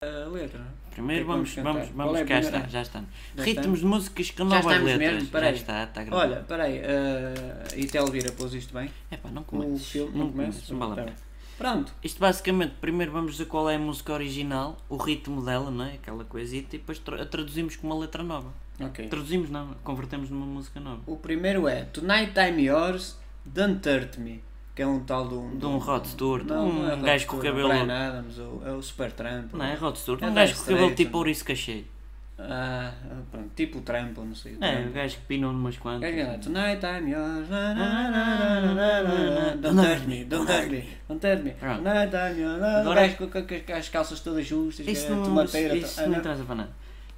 a letra. Primeiro O que é vamos, que vamos vamos, cantar? vamos, Qual é a cá primeira? está, já está. Já Ritmos de músicas que não Já levam estamos letras. mesmo? já Peraí. está, está gravado. Olha, peraí, ah, e Telvira pôs isto bem? Epá, não O começas. filme não começa? então. começas, não vale a pena. Pronto, Isto basicamente, primeiro vamos dizer qual é a música original, o ritmo dela, não é? Aquela coisita, e depois tra- a traduzimos com uma letra nova. ok. Traduzimos não, convertemos numa música nova. O primeiro é Tonight I'm Yours, Don't Hurt Me, que é um tal de um. De um Rod Stewart, Não, um não é Rod gajo com o Stewart, cabelo. o Brian Adams, ou, é o Supertramp. Não é Rod Stewart, É um Dire gajo com o cabelo Straits, tipo não é? ouriço cachê. Ah, pronto, tipo o Trump, ou não sei. o É, Trump. o gajo que pinou numas É quantas. aquela, Tonight I'm yours. na, na, na, na, na, na, na, Don't hurt me, don't hurt me, don't hurt me. Pronto. Tonight I'm yours. O Agora- é gajo com, com, com as calças todas justas, Isso com a não, isso, tomateira. isso to- não Ah, interessa para nada.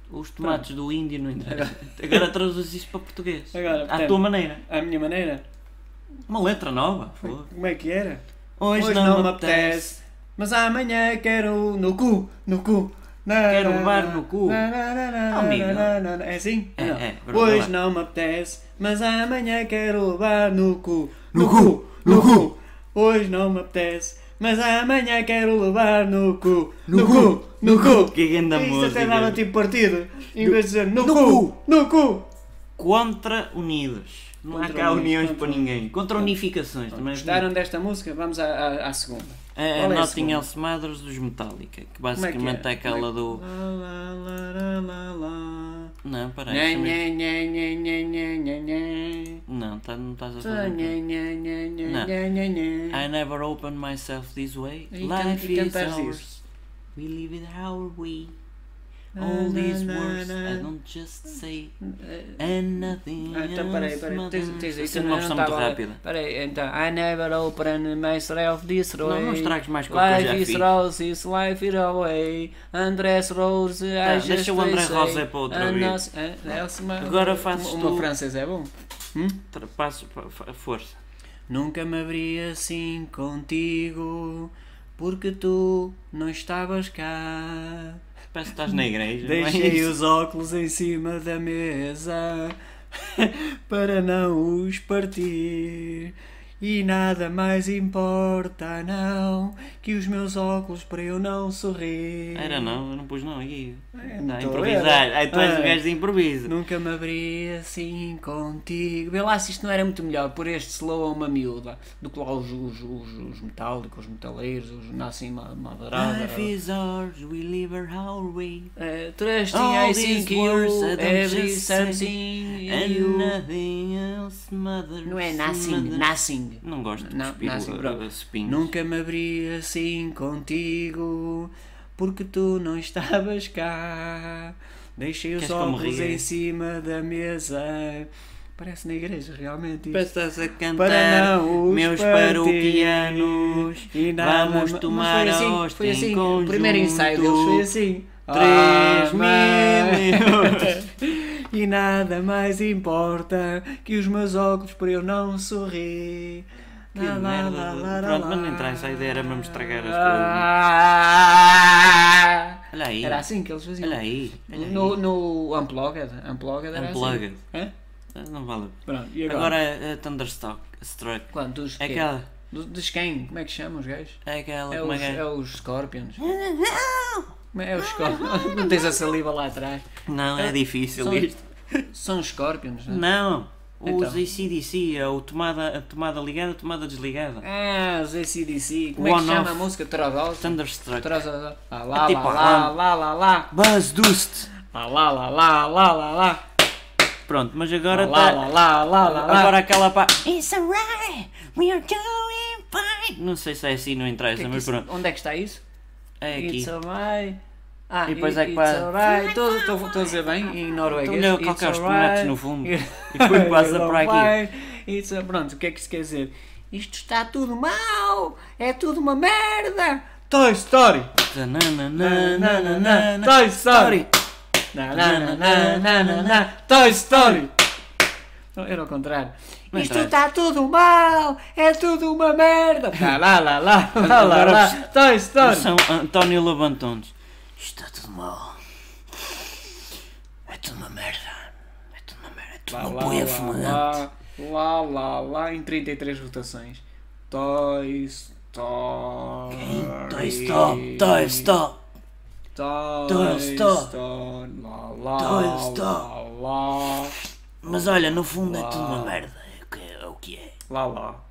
Os tomates do índio não interessam. Agora traduz isso para português. Agora, à portanto- tua maneira. À minha maneira. Uma letra nova. foda. Como é que era? Hoje, Hoje não me apetece, mas amanhã quero no cu, no cu. Na, Quero na, levar na, no cu. na, na, na, na, Amigo. na, na, na. É assim? É, Não. é, agora vai lá. Hoje não me apetece, mas amanhã quero levar no cu, no cu, no cu. Hoje não me apetece, mas amanhã quero levar no cu, no cu, no cu. Que grande Isto até música. dava tipo partido, em vez de dizer no no cu, cu. no cu. Contra unidos. Não há Contra cá unidos, uniões contra para ninguém. Contra unificações também. é Gostaram desta música? Vamos à, à, à segunda. A, Qual é a a Notting segunda? Else Mothers dos Metallica, que Como é que basicamente é, é? aquela do. Lá, lá, lá, lá, lá, lá. Não, é peraí. Nha, deixa-me- nha, nha, nha, nha, nha, nha, nha. Não, tá- não estás a Nha, fazer. bem. nha, nha, nha, Não. nha, nha, nha. I never opened myself this way. E can- Life e is cantares ours. isso? We live it our way. Na, All na, these na, words I na. don't just say. Eh, And nothing. ah, Então, peraí, peraí, tens, tens Assim, isso uma versão muito rápida. Peraí, então, I never open myself this way. Não, não estragues mais é com o que eu já Life fiz. is rose, is life is away. Andrés Rose, Tá, I just deixa o André say, Rose para outra and vez. us- eh, else ma- Agora fazes Uma tu. uma francesa é bom? Hum? Tra- Passo, pa- fa- força. Nunca me abri assim contigo, porque tu não estavas cá. Parece que estás na igreja. não é Deixei isso? os óculos em cima da mesa para não os partir. E nada mais importa, não, que os meus óculos para eu não sorrir. Era não, eu não pus não. Aqui. É, Não, então improvisar. era. Aí tu és o Ah. gajo de improviso. Nunca me abri assim contigo. Vê lá se isto não era muito melhor por este slow a uma miúda do que lá os, os, os, os metálicos, os metaleiros, os assim, nascem madrada. Tá, Life is ours, we live our way. Trusting All I these think you, words I don't um, every just say. something And you. nothing else, mother. Não é nothing, mother- nothing. Não gosto de Não, cuspir nothing, pronto. o- os espinhos. Nunca me abri assim contigo, porque tu não estavas cá. Deixei os Queres que eu me óculos ria? em cima da mesa. Parece na igreja, realmente. isto. Passas a cantar Para não os meus partir. paroquianos. E nada Vamos ma- tomar mas a foi assim, hoste foi em assim, O conjunto. primeiro ensaio deles foi assim. Três mil mil E nada mais importa que os meus óculos para eu não sorrir. Que merda. Pronto, mas não interessa, a ideia era mesmo estragar as coisas. Ah! coisas. Olha aí. Era assim que eles faziam. Olha aí. Olha aí. No, no Unplugged. Unplugged era Unplugged. assim. Hã? Não vale. a pena. Pronto, e agora? Agora a Thunderstruck. Struck. Quando, dos, É quê? aquela. Do- dos quem? Como é que chamam os gajos? É aquela. É como é os, que é? é os Scorpions. Mas É os Scorpions. Não tens a saliva lá atrás. Não, é difícil São, isto. são os Scorpions, Ah, não é? Não. Os Então. ACDC, é o tomada, a tomada ligada, a tomada desligada. Ah, os ACDC. Como é que One se chama off. a música? Trogal? Thunderstruck. Trogal. Ah, lá, lá, tipo lá, a- lá, lá, lá. Buzz Dust. Ah, lá, lá, lá, lá, lá, lá. Pronto, mas agora Ah, Lá, lá, está. lá, lá, lá, lá. Agora aquela pá. It's alright, we are doing fine. Não sei se é assim, não O que interessa, é que mas isso- pronto. Onde é que está isso? É aqui. It's alright. Ah, E depois é que it's vai- alright. Estou- Estou estou a dizer bem em norueguês. Estou-lhe a It's colocar os alright. tomates no fundo. E depois passa It's para aqui. alright. It's a- Pronto, o que é que isso quer dizer? Isto está tudo mal! É tudo uma merda! Toy Story! Tananana, Toy Story! Na, na, na, na, na, na, na. Toy Story! Não, Era ao contrário. Não Isto interessa. está tudo mal! É tudo uma merda! Lá, lá, lá, lá, lá, lá, Agora lá. os- Toy Story! São António Lobantones. Isto está tudo mal. É tudo uma merda. É tudo uma merda. É tudo Lá, uma lá, boia lá, fumante. lá, lá, lá, lá, em 33 votações. Toy Story. Toy Stop, Toy Stop. Tolstói. Tolstói. Lá, lá, Tolstói. Lá, lá. Mas olha, no fundo é tudo uma merda. É o que é. O que é. Lá, lá.